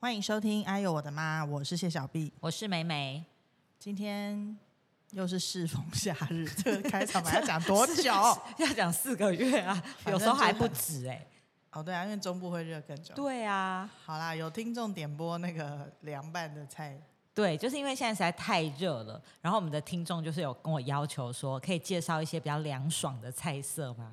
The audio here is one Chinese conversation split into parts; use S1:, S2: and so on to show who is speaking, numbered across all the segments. S1: 欢迎收听《哎呦我的妈》，我是谢小碧。
S2: 我是美美，
S1: 今天又是适逢夏日， 这个开场本来要讲 多久？哦，
S2: 要讲四个月啊，
S1: 反正
S2: 有时候还
S1: 就是
S2: 不止哎、
S1: 对啊，因为中部会热更久。
S2: 对啊，
S1: 好啦，有听众点播那个凉拌的菜，
S2: 对，就是因为现在实在太热了，然后我们的听众就是有跟我要求说，可以介绍一些比较凉爽的菜色吗？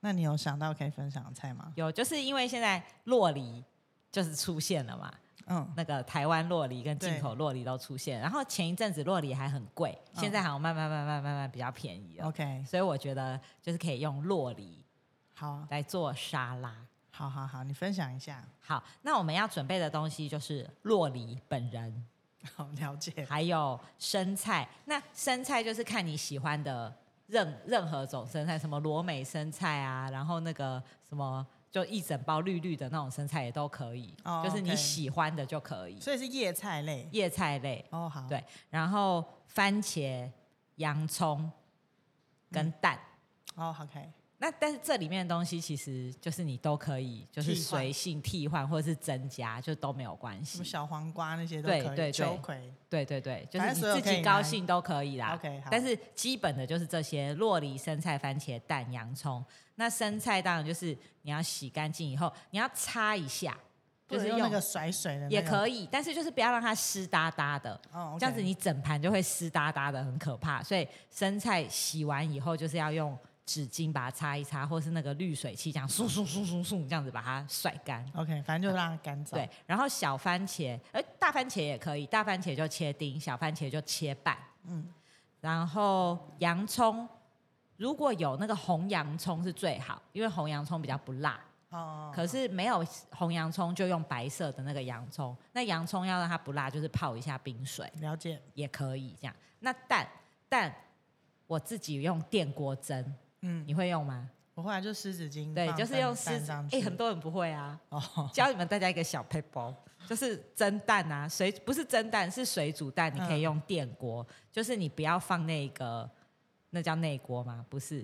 S1: 那你有想到可以分享的菜吗？
S2: 有，就是因为现在洛梨就是出现了嘛，
S1: 嗯，
S2: 那个台湾洛梨跟进
S1: 对
S2: 口洛梨都出现，然后前一阵子洛梨还很贵，
S1: 嗯哦
S2: 现在好像慢慢慢慢慢慢比较便宜了，
S1: OK，
S2: 所以我觉得就是可以用洛梨
S1: 好，
S2: 来做沙拉。
S1: 好好好，你分享一下，
S2: 好，那我们要准备的东西就是洛梨本人，
S1: 好了解。
S2: 还有生菜。那生菜就是看你喜欢的任任何种生菜，什么罗美生菜啊，然后那个什么就一整包绿绿的那种生菜也都可以，
S1: 哦
S2: 就是你
S1: OK
S2: 喜欢的就可以。
S1: 所以是叶菜类
S2: 叶菜类，
S1: 哦，好，
S2: 对然后番茄、洋
S1: 嗯
S2: 葱跟蛋。
S1: 哦，OK，
S2: 那但是这里面的东西其实就是你都可以，就是
S1: 替换
S2: 随性替换或者是增加，就都没有关
S1: 什
S2: 系
S1: 么。小黄瓜那些都
S2: 对
S1: 可以，
S2: 对对
S1: 秋葵
S2: 对对对，就
S1: 反正
S2: 是你
S1: 所有
S2: 自
S1: 可以
S2: 己高兴都可以啦。
S1: ，OK，好。
S2: 但是基本的就是这些：洛梨、生菜、番茄、蛋、洋葱。那生菜当然就是你要洗干净以后，你要擦一下，
S1: 不
S2: 就
S1: 能
S2: 是
S1: 用那个甩水的那个，
S2: 也
S1: 以，
S2: 可以，但是就是不要让它湿哒哒的，
S1: 哦，OK，
S2: 这样子你整盘就会湿哒哒的，很可怕。所以生菜洗完以后，就是要用纸巾把它擦一擦，或是那个滤水器这样嗖嗖嗖嗖嗖这样子把它甩干。
S1: OK，反正就让它干燥。
S2: 对，然后小番茄，呃，大番茄也可以，大番茄就切丁，小番茄就切半。
S1: 嗯，
S2: 然后洋葱，如果有那个红洋葱是最好，因为红洋葱比较不辣。
S1: 哦，
S2: 可是没有红洋葱，就用白色的那个洋葱。那洋葱要让它不辣，就是泡一下冰水
S1: 哦了解，
S2: 也可以这样。那蛋蛋，我自己用电锅蒸，
S1: 嗯，
S2: 你会用吗？
S1: 我后来就湿纸巾放
S2: 对，
S1: 蛋，
S2: 就是用湿
S1: 湿
S2: 纸，
S1: 上
S2: 哎、
S1: 去，
S2: 很多人不会啊。
S1: 哦，
S2: 教你们大家一个小 paper，就是蒸蛋啊，水不是蒸蛋，是水煮蛋，你可以用电锅，就是你不要放那个，那叫内锅吗？不是，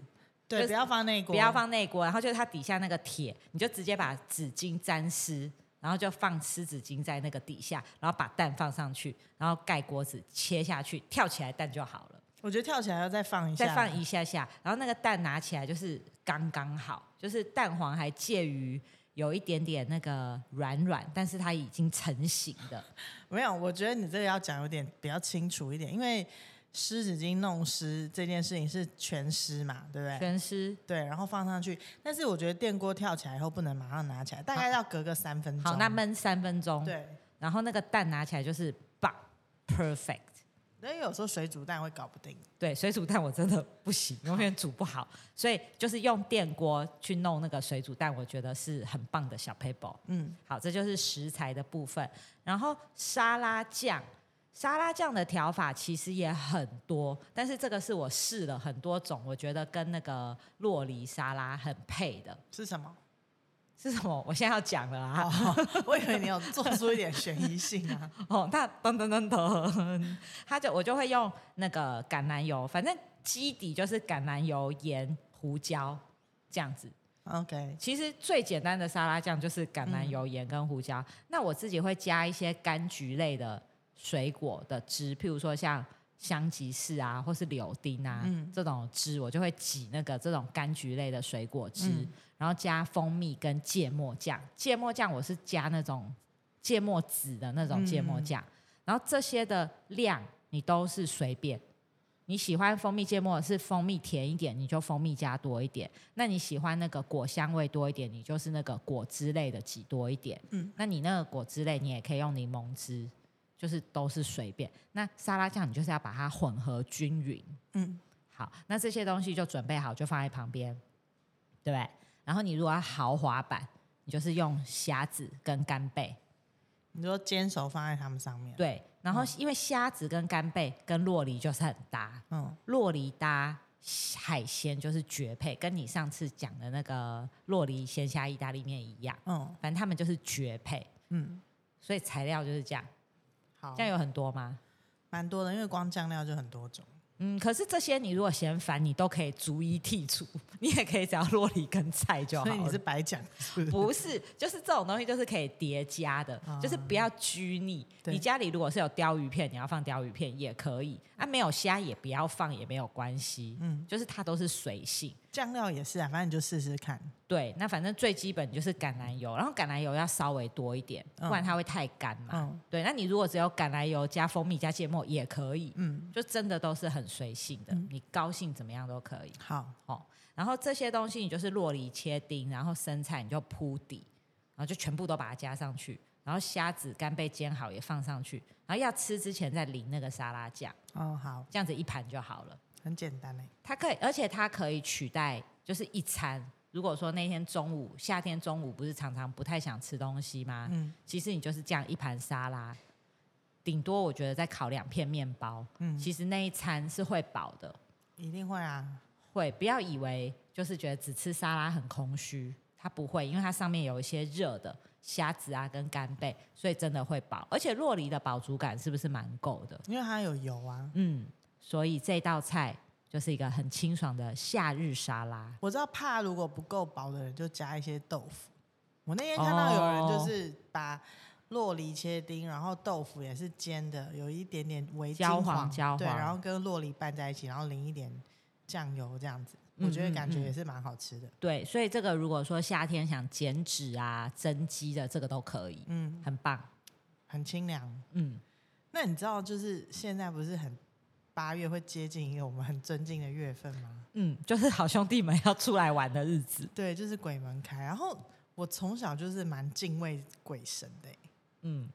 S2: 就
S1: 对，
S2: 是
S1: 不要放内锅，
S2: 不要，放内锅，然后就是它底下那个铁，你就直接把纸巾沾湿，然后就放湿纸巾在那个底下，然后把蛋放上去，然后盖锅子切下去，跳起来蛋就好了。
S1: 我觉得跳起来要再放一下，
S2: 再放一下下，然后那个蛋拿起来就是刚刚好，就是蛋黄还介于有一点点那个软软，但是它已经成型的。
S1: 没有，我觉得你这个要讲有点比较清楚一点，因为湿纸巾弄湿这件事情是全湿嘛，对不对？
S2: 全湿。
S1: 对，然后放上去，但是我觉得电锅跳起来以后不能马上拿起来，大概要隔个三分钟。
S2: 好，那焖三分钟，
S1: 对，
S2: 然后那个蛋拿起来就是棒，perfect。
S1: 因为有时候水煮蛋会搞不定。
S2: 对，水煮蛋我真的不行，永远煮不好，所以就是用电锅去弄那个水煮蛋，我觉得是很棒的小 paper。
S1: 嗯，
S2: 好，这就是食材的部分。然后沙拉酱，沙拉酱的调法其实也很多，但是这个是我试了很多种，我觉得跟那个洛梨沙拉很配的。
S1: 是什么？
S2: 是什么？我现在要讲了啊！
S1: 哦， 我以为你有做出一点悬疑性啊。
S2: 哦，那噔噔噔噔，他就我就会用那个橄榄油，反正基底就是橄榄油、盐、胡椒这样子。
S1: OK，
S2: 其实最简单的沙拉酱就是橄榄
S1: 嗯
S2: 油、盐跟胡椒。那我自己会加一些柑橘类的水果的汁，譬如说像香吉士啊，或是柳丁啊、
S1: 嗯
S2: 这种汁，我就会挤那个这种柑橘类的水果汁，
S1: 嗯
S2: 然后加蜂蜜跟芥末酱。芥末酱我是加那种芥末籽的那种芥末酱，然后这些的量你都是随便。你喜欢蜂蜜芥末是蜂蜜甜一点，你就蜂蜜加多一点；那你喜欢那个果香味多一点，你就是那个果汁类的挤多一点。
S1: 嗯
S2: 嗯，那你那个果汁类，你也可以用柠檬汁，就是都是随便。那沙拉酱你就是要把它混合均匀。
S1: 嗯，
S2: 好，那这些东西就准备好，就放在旁边，对不对？然后你如果要豪华版，你就是用虾子跟干贝，
S1: 你说煎熟放在它们上面，，
S2: 对。然后因为虾子跟干贝跟洛梨就是很搭，
S1: 嗯，
S2: 洛梨搭海鲜就是绝配，跟你上次讲的那个洛梨鲜虾意大利面一样，
S1: 嗯
S2: 反正他们就是绝配，
S1: 嗯，
S2: 所以材料就是这样。
S1: 好，
S2: 这样有很多吗？
S1: 蛮多的，因为光酱料就很多种。
S2: 嗯，可是这些你如果嫌烦，你都可以逐一剔除， 你也可以只要洛梨跟菜就好
S1: 所以你
S2: 了
S1: 是。白讲，是不是
S2: 不是，就是这种东西就是可以叠加的，就是不要拘泥。
S1: 啊对
S2: 你家里如果是有鲷鱼片，你要放鲷鱼片也可以，啊，没有虾也不要放，也没有关系。
S1: 嗯
S2: 嗯，就是它都是随性。
S1: 酱料也是啊，反正你就试试看。
S2: 对，那反正最基本就是橄榄油，然后橄榄油要稍微多一点，
S1: 嗯
S2: 不然它会太干嘛。
S1: 嗯
S2: 对，那你如果只有橄榄油加蜂蜜加芥末也可以，
S1: 嗯，
S2: 就真的都是很随性的，
S1: 嗯
S2: 你高兴怎么样都可以。
S1: 好，
S2: 哦，然后这些东西你就是洛梨切丁，然后生菜你就铺底，然后就全部都把它加上去，然后虾子干贝煎好也放上去，然后要吃之前再淋那个沙拉酱，
S1: 哦，好，
S2: 这样子一盘就好了。
S1: 很简单欸嘞。
S2: 它可以，而且它可以取代就是一餐。如果说那天中午，夏天中午不是常常不太想吃东西吗？
S1: 嗯
S2: 其实你就是这样一盘沙拉，顶多我觉得再烤两片面包，
S1: 嗯，
S2: 其实那一餐是会饱的。
S1: 一定会啊。
S2: 会，不要以为就是觉得只吃沙拉很空虚，它不会，因为它上面有一些热的虾子啊跟干贝，所以真的会饱。而且洛梨的饱足感是不是蛮够的？
S1: 因为它有油啊。
S2: 嗯，所以这道菜就是一个很清爽的夏日沙拉。
S1: 我知道怕如果不够薄的人就加一些豆腐。我那天看到有人就是把洛梨切丁，然后豆腐也是煎的，有一点点微金
S2: 焦黄焦黄
S1: 对，然后跟洛梨拌在一起，然后淋一点酱油这样子，我觉得
S2: 嗯嗯
S1: 感觉
S2: 嗯
S1: 也是蛮好吃的。
S2: 对，所以这个如果说夏天想减脂啊、增肌的，这个都可以，
S1: 嗯，
S2: 很棒。
S1: 很清凉。
S2: 嗯，
S1: 那你知道就是现在不是很八月会接近一个我们很尊敬的月份吗？
S2: 嗯，就是好兄弟们要出来玩的日子。
S1: 对，就是鬼门开。然后我从小就是蛮敬畏鬼神的欸、
S2: 嗯，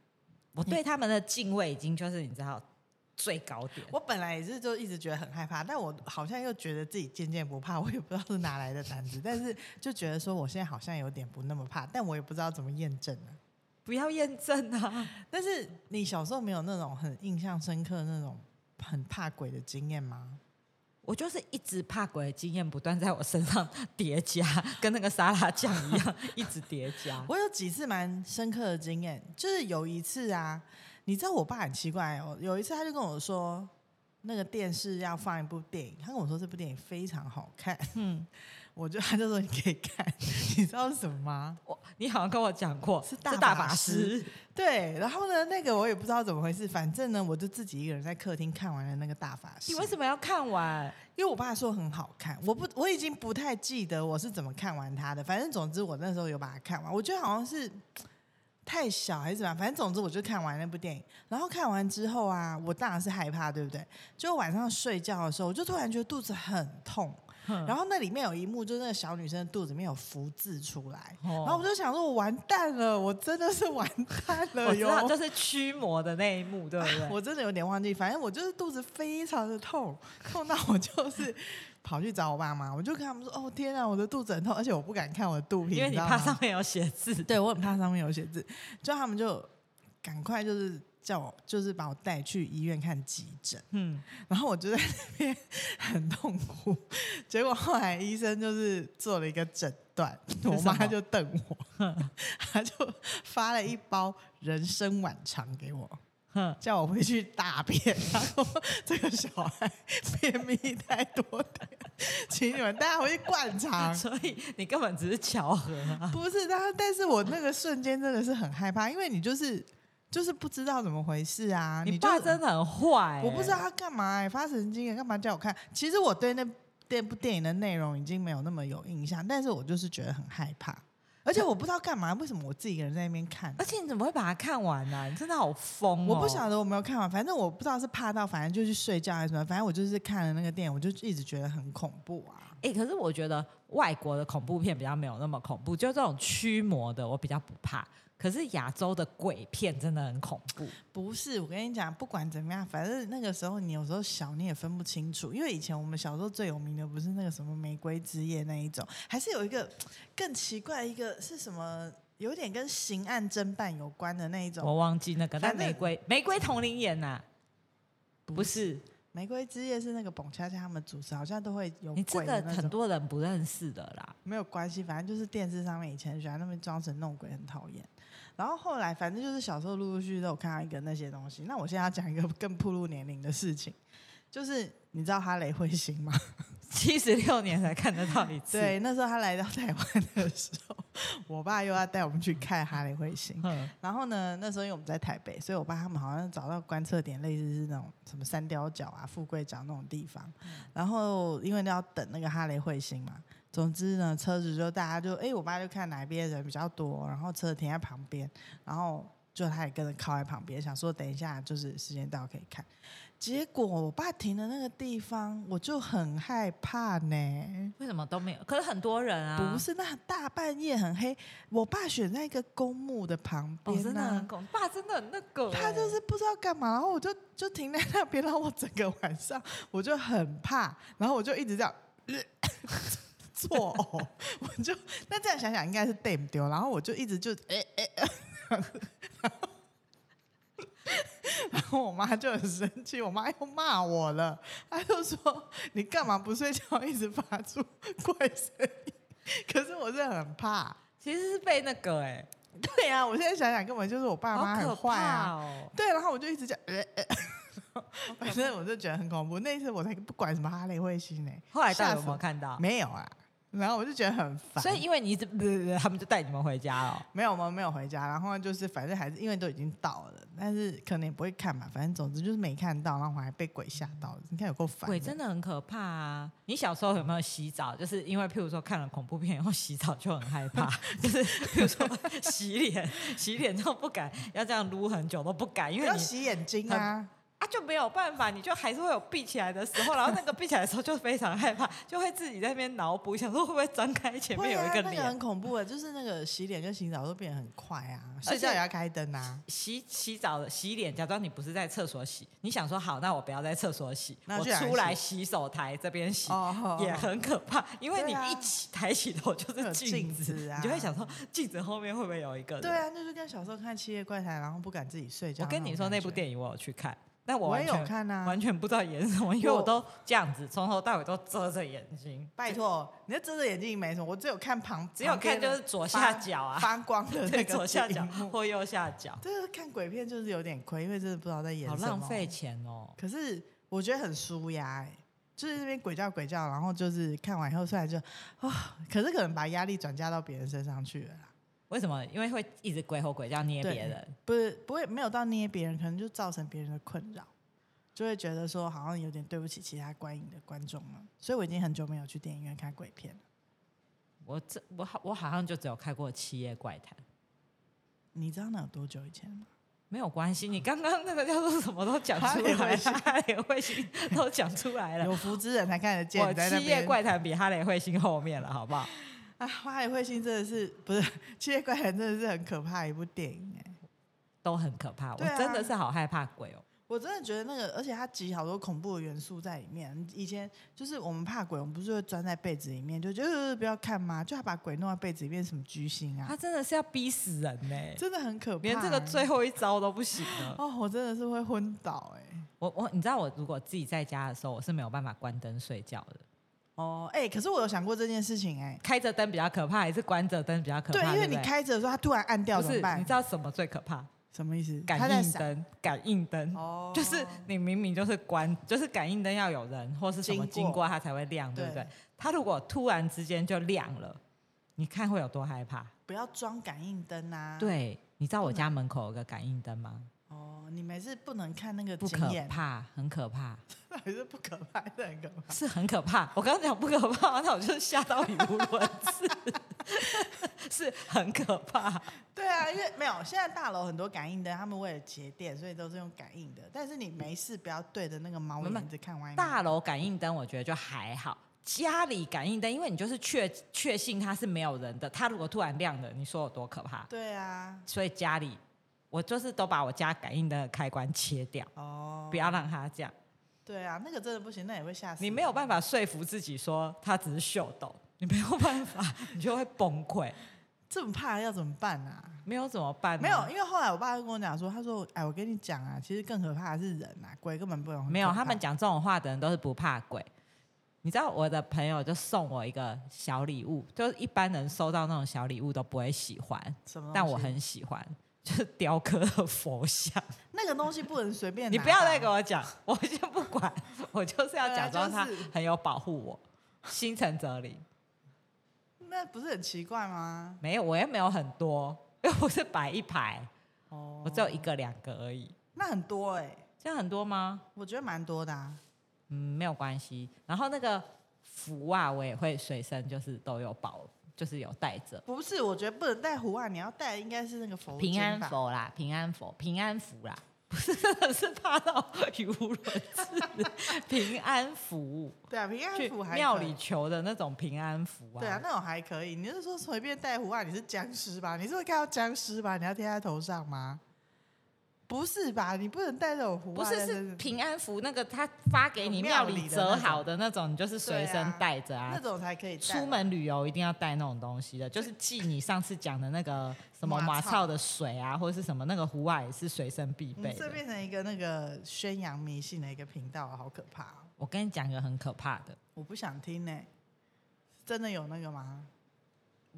S2: 我对他们的敬畏已经就是你知道最高点。
S1: 我本来也是就一直觉得很害怕，但我好像又觉得自己渐渐不怕，我也不知道是哪来的胆子，但是就觉得说我现在好像有点不那么怕，但我也不知道怎么验证呢、
S2: 不要验证啊！
S1: 但是你小时候没有那种很印象深刻那种很怕鬼的经验吗？
S2: 我就是一直怕鬼的经验不断在我身上叠加，跟那个沙拉酱一 样，一直叠加。
S1: 我有几次蛮深刻的经验，就是有一次啊，你知道我爸很奇怪哦，有一次他就跟我说，那个电视要放一部电影，他跟我说这部电影非常好看，
S2: 嗯，
S1: 我就他就说你可以看， 你知道是什么吗？
S2: 我你好像跟我讲过
S1: 是大法
S2: 法
S1: 师
S2: 师，
S1: 对，然后呢，那个我也不知道怎么回事，反正呢，我就自己一个人在客厅看完了那个大法师。
S2: 你为什么要看完？
S1: 因为我爸说很好看，我不我已经不太记得我是怎么看完它的，反正总之我那时候有把它看完，我觉得好像是太小还是怎么样，反正总之我就看完那部电影。然后看完之后啊，我当然是害怕，对不对？就晚上睡觉的时候，我就突然觉得肚子很痛，
S2: 然
S1: 然后那里面有一幕，就是那个小女生的肚子里面有福字出来。然后我
S2: 后
S1: 就想说，我完蛋了，我真的是完蛋了
S2: 我知
S1: 哟！
S2: 道，就是驱魔的那一幕，对不 对？
S1: 我真的有点忘记，反正我就是肚子非常的痛，痛到我就是跑去找我爸妈，我就跟他们说：“哦天啊，我的肚子很痛，而且我不敢看我的肚皮，
S2: 因
S1: 你
S2: 为你
S1: 知道
S2: 怕
S1: 吗
S2: 上面有写字，
S1: 对我很怕上面有写字，就他们就赶快就是叫我，就是把我带去医院看急诊，
S2: 嗯，
S1: 然后我就在那边 很痛苦，结果后来医生就是做了一个诊断，
S2: 是
S1: 我
S2: 什
S1: 妈
S2: 么
S1: 就瞪我， 她就发了一包人参碗肠给我。
S2: 哼，
S1: 叫我回去大便，然后这个小孩便秘太多的，请你们带他回去灌肠。
S2: 所以你根本只是巧合啊。
S1: 不是他，但是我那个瞬间真的是很害怕，因为你就是就是不知道怎么回事啊，你
S2: 你
S1: 就
S2: 爸真的很坏欸、
S1: 我不知道他干嘛、欸，发神经欸，干嘛叫我看？其实我对那那部电影的内容已经没有那么有印象，但是我就是觉得很害怕，而且我不知道干嘛，为什么我自己一个人在那边看
S2: 而？且你怎么会把它看完呢、你真的好疯、哦！
S1: 我不晓得我没有看完，反正我不知道是怕到，反正就去睡觉还是什么，反正我就是看了那个电影，我就一直觉得很恐怖啊。
S2: 哎、可是我觉得外国的恐怖片比较没有那么恐怖，就这种驱魔的我比较不怕。可是亚洲的鬼片真的很恐怖，
S1: 不是，我跟你讲，不管怎么样，反正那个时候你有时候小，你也分不清楚，因为以前我们小时候最有名的不是那个什么玫瑰之夜那一种，还是有一个更奇怪一个是什么，有点跟刑案侦办有关的那一种。
S2: 我忘记那个。
S1: 反
S2: 但
S1: 正
S2: 玫瑰玫瑰同龄演呐、不是
S1: 玫瑰之夜是那个蹦恰恰他们主持，好像都会有
S2: 你这
S1: 鬼
S2: 个
S1: 的那
S2: 很
S1: 种。
S2: 多人不认识的啦。
S1: 没有关系，反正就是电视上面以前喜欢那边装神弄鬼，很讨厌。然后后来反正就是小时候陆陆续续都有看到一个那些东西。那我现在要讲一个更暴露年龄的事情，就是你知道哈雷彗星吗？
S2: 七十六年才看得到一次。
S1: 对，那时候他来到台湾的时候，我爸又要带我们去看哈雷彗星。
S2: 嗯，
S1: 然后呢，那时候因为我们在台北，所以我爸他们好像找到观测点，类似是那种什么三貂角啊、富贵角那种地方。然后因为要等那个哈雷彗星嘛，总之呢，车子就大家就哎，我爸就看哪边人比较多，然后车子停在旁边，然后就他也跟着靠在旁边，想说等一下就是时间到可以看。结果我爸停的那个地方，我就很害怕呢。
S2: 为什么都没有？可是很多人啊，
S1: 不是，那大半夜很黑，我爸选在一个公墓的旁
S2: 哦，
S1: 边、啊
S2: 真的很恐，爸真的很那个欸，
S1: 他就是不知道干嘛，然后我就就停在那边，然后我整个晚上我就很怕，然后我就一直这样。呃 作呕，我就那这样想想应该是 d a 丢，然后我就一直就哎哎、然后然后我妈就很生气，我妈又骂我了，她就说你干嘛不睡觉，一直发出怪声音？可是我是很怕，
S2: 其实是被那个哎，
S1: 对啊，我现在想想根本就是我爸妈
S2: 好
S1: 很
S2: 可
S1: 坏啊，
S2: 怕哦。
S1: 对，然后我就一直 讲，呃呃， 反正我就觉得很恐怖。那一次我才不管什么哈雷彗星呢、
S2: 后来到
S1: 吓死
S2: 底有没有
S1: 我
S2: 看到？
S1: 没有啊。然后我就觉得很烦，
S2: 所以因为你一直，呃他们就带你们回家了。哦
S1: 没有我们没有回家。然后就是反正还是因为都已经到了，但是可能也不会看嘛。反正总之就是没看到，然后我还被鬼吓到了。你看有够烦，
S2: 鬼真
S1: 的。
S2: 的很可怕啊！你小时候有没有洗澡？就是因为譬如说看了恐怖片以后洗澡就很害怕， 就是譬如说洗脸， 洗脸都不敢，要这样撸很久都不敢，因为
S1: 要
S2: 你
S1: 洗眼睛啊！
S2: 啊就没有办法，你就还是会有闭起来的时候，然后那个闭起来的时候就非常害怕， 就会自己在那边脑补，想说会不会张开前面
S1: 会
S2: 有一
S1: 啊
S2: 个
S1: 那
S2: 脸。
S1: 很恐怖的，就是那个洗脸跟洗澡都变得很快啊，
S2: 而
S1: 睡觉
S2: 且
S1: 也要开灯啊。
S2: 洗洗澡的洗脸，假装你不是在厕所洗，你想说好，那我不要在厕所洗，
S1: 那
S2: 我
S1: 去哪里
S2: 出来洗手台这边洗，
S1: 哦哦哦
S2: 也很可怕，因为
S1: 对
S2: 你
S1: 啊
S2: 一起抬起头就是镜
S1: 有镜子啊
S2: 你就会想说镜子后面会不会有一个人？
S1: 对啊，那就跟小时候看《七夜怪谈》，然后不敢自己睡觉
S2: 我
S1: 种感觉。
S2: 跟你说那部电影我有去看，但我
S1: 我
S2: 完
S1: 也
S2: 全
S1: 有看啊，
S2: 完全不知道演什么，因为
S1: 我
S2: 我都这样子，从头到尾都遮着眼睛，
S1: 拜托，你就遮着眼睛没什么，我只有看旁，
S2: 只有
S1: 旁边
S2: 看就是
S1: 的
S2: 左下角啊，
S1: 发 光的那
S2: 对，
S1: 个
S2: 左下
S1: 荧
S2: 角
S1: 幕
S2: 或右下角，
S1: 对，就是看鬼片就是有点亏，因为真的不知道在演
S2: 好
S1: 什么。
S2: 浪费。钱哦。
S1: 可是我觉得很舒压、欸，就是那边鬼叫鬼叫，然后就是看完以后，虽然就啊、可是可能把压力转嫁到别人身上去了啦。
S2: 为什么？因为会一直鬼吼鬼叫捏
S1: 对
S2: 别人。
S1: 不是不会没有到捏别人，可能就造成别人的困扰，就会觉得说好像有点对不起其他观影的观众了。所以我已经很久没有去电影院看鬼片了。
S2: 我这我好我好像就只有看过《七夜怪谈》，
S1: 你知道那有多久以前吗？
S2: 没有关系。你刚刚那个叫做什么都讲出来了，哈雷彗星都讲出来了。
S1: 有福之人才看得见。
S2: 我
S1: 你在
S2: 《
S1: 那
S2: 七夜
S1: 边
S2: 怪谈》比《哈雷彗星》后面了，好不好？
S1: 啊，《花海彗星》真的是不是《七夜怪谈》真的是很可怕的一部电影哎、
S2: 都很可怕，我
S1: 对啊
S2: 真的是好害怕鬼哦。
S1: 我真的觉得那个，而且它集好多恐怖的元素在里面。以前就是我们怕鬼，我们不是会钻在被子里面，就觉得呃不要看嘛，就他把鬼弄到被子里面，什么居心啊
S2: 他，真的是要逼死人呢、
S1: 真的很可怕、欸
S2: 连这个最后一招都不行了。
S1: 哦，我真的是会昏倒哎、
S2: 我我你知道，我如果自己在家的时候，我是没有办法关灯睡觉的。
S1: 哦，哎、可是我有想过这件事情哎、
S2: 开着灯比较可怕，还是关着灯比较可怕？
S1: 因为
S2: 不
S1: 你开着的时候，它突然暗掉
S2: 不
S1: 怎么
S2: 是
S1: 办
S2: 你知？道什么最可怕？
S1: 什么意思？它在
S2: 感应
S1: 闪
S2: 灯，感应灯。
S1: 哦，
S2: 就是你明明就是关，就是感应灯要有人或是什么
S1: 经
S2: 经
S1: 过
S2: 过它才会亮，对不对
S1: 对？
S2: 它如果突然之间就亮了，你看会有多害怕？
S1: 不要装感应灯啊。，
S2: 对，你知道我家门口有个感应灯吗？
S1: 哦，你们是不能看那个
S2: 不
S1: 经
S2: 可
S1: 验，
S2: 怕，很可怕，
S1: 到底是不可怕还是很可怕？
S2: 是很可怕。我刚刚讲不可怕， 那我就吓到语无伦次， 是很可怕。
S1: 对啊，因为没有现在大楼很多感应灯，他们为了节电，所以都是用感应的。但是你没事不要对着那个猫
S2: 没
S1: 眼子看外面。
S2: 大楼感应灯我觉得就还好，家里感应灯，因为你就是确确信它是没有人的，它如果突然亮了，你说有多可怕？
S1: 对啊，
S2: 所以家里我就是都把我家感应灯的开关切掉，
S1: 哦，
S2: 不要让它这样。
S1: 对啊，那个真的不行，那也会吓死
S2: 你没有办
S1: 法。
S2: 法说服自己说它只是秀逗， 你没有办法， 你就会崩溃。
S1: 这么怕要怎么办啊？
S2: 没有怎么办呢？
S1: 没有，因为后来我爸就跟我讲说，他说：“哎，我跟你讲啊，其实更可怕的是人啊，鬼根本不用。”
S2: 没有，他们讲这种话的人都是不怕鬼。你知道我的朋友就送我一个小礼物，就是一般人收到那种小礼物都不会喜欢，
S1: 什么东西？
S2: 但我很喜欢，就是雕刻的佛像。
S1: 那个东西不能随便拿吧。啊
S2: 你不要再给我讲，我先不管，我就是要
S1: 本
S2: 假
S1: 来
S2: 装
S1: 就
S2: 他
S1: 是
S2: 很有保护我，心诚则灵。
S1: 那不是很奇怪吗？
S2: 没有，我又没有很多，又不是摆一排，
S1: 哦
S2: 我只有一个两个而已，
S1: 那很多哎、
S2: 这样很多吗？
S1: 我觉得蛮多的、啊。
S2: 嗯，没有关系。然后那个符啊，我也会随身就是都有保，就是有带着。
S1: 不是，我觉得不能带胡啊，你要带的应该是那个佛
S2: 平
S1: 经
S2: 安
S1: 吧
S2: 符啦，平安符，平安符啦，不是 真的是怕到语无伦次。 平安符，
S1: 对啊，平安
S2: 去
S1: 符还
S2: 庙
S1: 可
S2: 里
S1: 以。
S2: 求的那种平安符啊。
S1: 对啊，那种还可以。你是说随便带胡啊？你是僵尸吧？你是会看到僵尸吧？你要贴在头上吗？不是吧？你不能带这种胡啊
S2: 不
S1: 在
S2: 是
S1: 身上。
S2: 是平安符那个他发给你
S1: 有
S2: 庙
S1: 庙
S2: 里
S1: 里的
S2: 折
S1: 那种
S2: 好的那种，你就是随
S1: 对
S2: 身
S1: 啊
S2: 带着啊
S1: 那。种才可以带
S2: 出门旅游一定要带那种东西的，就是记你上次讲的那个什么马
S1: 马
S2: 草
S1: 草
S2: 的水啊，或者是什么那个壶啊，也是随身必
S1: 我
S2: 备
S1: 们嗯这
S2: 的。
S1: 变成一个那个宣扬迷信的一个频道了，好可怕、哦！
S2: 我跟你讲个很可怕的，
S1: 我不想听呢、真的有那个吗？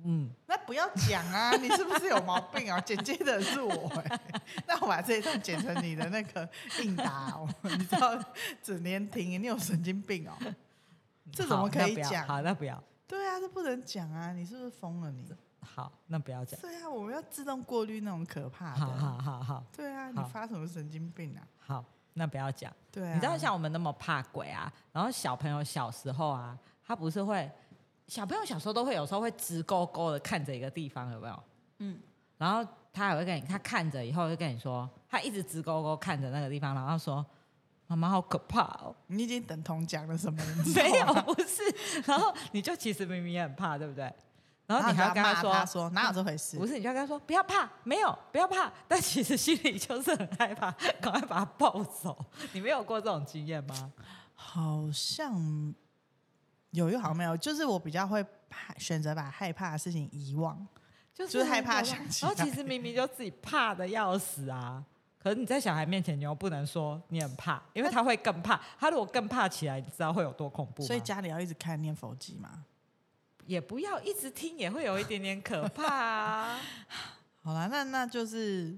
S2: 嗯，
S1: 那不要讲啊！你是不是有毛病啊？剪接的人是我、 欸，那我把这一段剪成你的那个应答、哦，你知道整天听，你有神经病哦、 这怎么
S2: 好
S1: 可
S2: 那
S1: 以
S2: 不要
S1: 讲
S2: 好，那不要，
S1: 对啊，这不能讲啊！你是不是疯了你？
S2: 好，那不要讲。
S1: 对啊，我们要自动过滤那种可怕
S2: 好
S1: 的。
S2: 好好好
S1: 对啊，你
S2: 好
S1: 发什么神经病啊？
S2: 好，那不要讲。
S1: 对啊，
S2: 你知道像我们那么怕鬼啊，然后小朋友小时候啊，他不是会，小朋友小时候都会有时候会直勾勾的看着一个地方，有没有？
S1: 嗯，
S2: 然后他还会跟你，他看着以后会跟你说，他一直直勾勾看着那个地方，然后说：“妈妈好可怕哦。
S1: 你已经等同讲了什么？你”知道
S2: 没有
S1: 吗，
S2: 不是。然后你就其实明明也很怕，对不对？然
S1: 然
S2: 后
S1: 后
S2: 你
S1: 你
S2: 还
S1: 还
S2: 要
S1: 要
S2: 跟
S1: 跟
S2: 他
S1: 他
S2: 说
S1: 说，哪有这回事
S2: 不是，你就要跟他说不要怕，没有，不要怕，但其实心里就是很害怕，赶快把他抱走。你没有过这种经验吗？
S1: 好像有又好像没有，就是我比较会怕选择把害怕的事情遗忘。
S2: 就是
S1: 就是害怕
S2: 很
S1: 想起
S2: 然后其
S1: 来
S2: 实明明就自己怕的要死啊，可是你在小孩面前你又不能说你很怕，因为他会更怕。他如果更怕起来，你知道会有多恐怖吗？
S1: 所以家里要一直看念佛记嘛。
S2: 也不要一直听，也会有一点点可怕 啊。
S1: 好啦，那那就是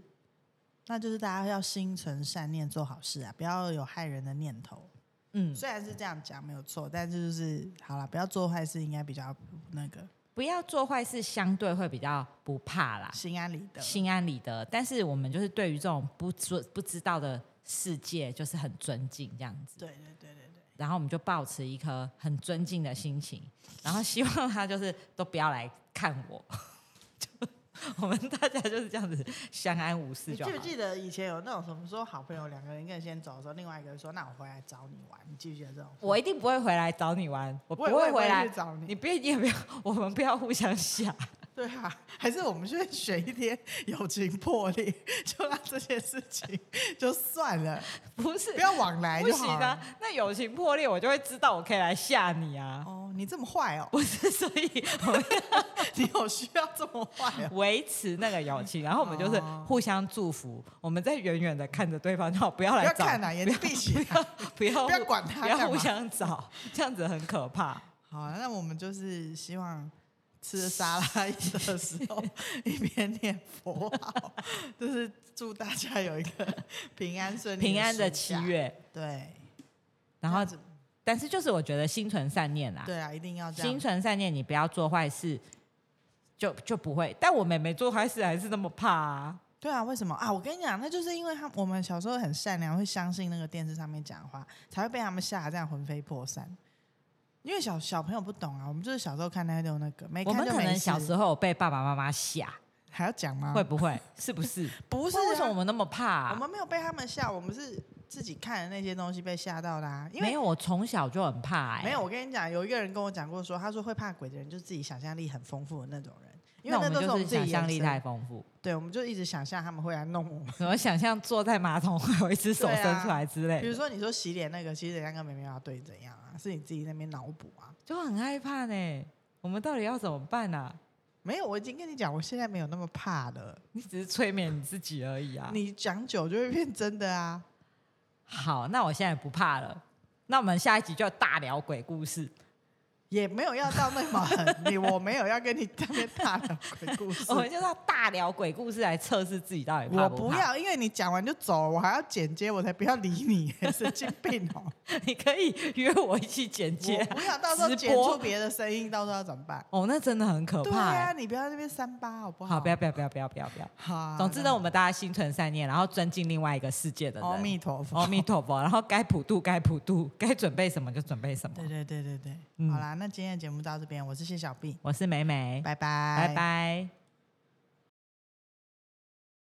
S1: 那就是大家要心存善念，做好事啊，不要有害人的念头。
S2: 嗯，
S1: 虽然是这样讲没有错，但是就是好了，不要做坏事，应该比较那个
S2: 不要做坏事，相对会比较不怕啦，
S1: 心安理得。
S2: 啊心安理得。但是我们就是对于这种不知不知道的世界，就是很尊敬这样子。
S1: 对对对对对，
S2: 然后我们就保持一颗很尊敬的心情，然后希望他就是都不要来看我， 就我们大家就是这样子相安无事
S1: 你
S2: 就
S1: 记
S2: 好
S1: 不
S2: 了。
S1: 记得以前有那种什么说好朋友两个人一个人先走的时候，另外一个人说那我回来找你玩，你记不记得这种？
S2: 我一定不会回来找你玩，我不
S1: 我也我
S2: 会
S1: 也不
S2: 回来
S1: 去。找你
S2: 你，别，你也不要，我们不要互 相吓。
S1: 对啊，还是我们去选一天友情破裂，就让这件事情就算 了，
S2: 不是
S1: 不，要往来
S2: 不
S1: 就
S2: 行
S1: 好
S2: 啊
S1: 了。！
S2: 那友情破裂，我就会知道我可以来吓你啊。
S1: 哦，你这么坏哦，
S2: 不是，所以我们
S1: 你有需要这么坏
S2: 要
S1: 哦？
S2: 维持那个友情，然后我们就是
S1: 哦
S2: 互相祝福。我们在远远的看着对方，就好， 不要
S1: 不
S2: 来
S1: 要
S2: 找
S1: 看啊，眼睛闭起来。
S2: 不要
S1: 不要管他
S2: 不要
S1: 干
S2: 互
S1: 嘛
S2: 相找，这样子很可怕。
S1: 好啊，那我们就是希望吃着沙拉一的时候一边念佛号，就是祝大家有一个平安顺利、
S2: 平安的七。月，
S1: 对，
S2: 然后
S1: 这样子
S2: 但是就是我觉得心存善念啦，
S1: 对啊，一定要这
S2: 心
S1: 样。
S2: 存善念，你不要做坏事，就就不会。但我妹妹做坏事还是那么怕啊，
S1: 对啊，为什么啊？我跟你讲，那就是因为他我们小时候很善良，会相信那个电视上面讲的话，才会被他们吓得这样魂飞魄散。因为小小朋友不懂啊，我们就是小时候看那种那个，没
S2: 我
S1: 看
S2: 们
S1: 就
S2: 可
S1: 没
S2: 能
S1: 事
S2: 小时候有被爸爸妈妈吓，
S1: 还要讲吗？
S2: 会不会？是不是？
S1: 嗯 不
S2: 不
S1: 是、
S2: 为什么
S1: 啊
S2: 我、们那么怕啊、
S1: 我们没有被他们吓，我们是自己看的那些东西被吓到的、啊。因为
S2: 没有，我从小就很怕、哎，
S1: 没有，我跟你讲，有一个人跟我讲过说，他说会怕鬼的人就是自己想象力很丰富的那种人，因为
S2: 那我
S1: 都
S2: 们
S1: 是我
S2: 就是
S1: 们自己
S2: 想象
S1: 衍
S2: 力
S1: 生
S2: 太丰富，
S1: 对，我们就一直想象他们会来弄我们。
S2: 我想象坐在马桶 会有一只手
S1: 对
S2: 伸
S1: 啊
S2: 出来之类
S1: 比
S2: 的，
S1: 如说你说洗脸那个，其实人家跟妹妹要对怎样啊？是你自己在那边脑补啊？
S2: 就很害怕呢、我们到底要怎么办啊？
S1: 没有，我已经跟你讲，我现在没有那么怕了。
S2: 你只是催眠你自己而已啊。
S1: 你讲久就会变真的啊！
S2: 好，那我现在不怕了。那我们下一集就大聊鬼故事。
S1: 也没有要到那么 狠，你我没有要跟你这边大聊鬼故事
S2: 我，们就是要大聊鬼故事来测试自己到底怕
S1: 我
S2: 不
S1: 不
S2: 怕。
S1: 要，因为你讲完就走，我还要剪接，我才不要理你，神经病哦！
S2: 你可以约我一起 剪接
S1: 我
S2: 啊。
S1: 不要到时候
S2: 直
S1: 剪
S2: 播
S1: 出别的声音，到时候要怎么办？
S2: 哦，那真的很可
S1: 对
S2: 怕、
S1: 啊，
S2: 欸。
S1: 你不要在那边三八好不好？
S2: 好，不要不要不要不要不要不要。
S1: 好。
S2: 总之呢，我们大家心存善念，然后尊敬另外一个世界的
S1: 那
S2: 人。
S1: 阿弥陀佛，
S2: 阿弥陀佛，然后该普渡该普渡，该准备什么就准备什么。
S1: 对对对对对，
S2: 嗯
S1: 好啦，那今天的节目到这边，我是谢小碧，
S2: 我是美美，
S1: 拜拜，
S2: 拜拜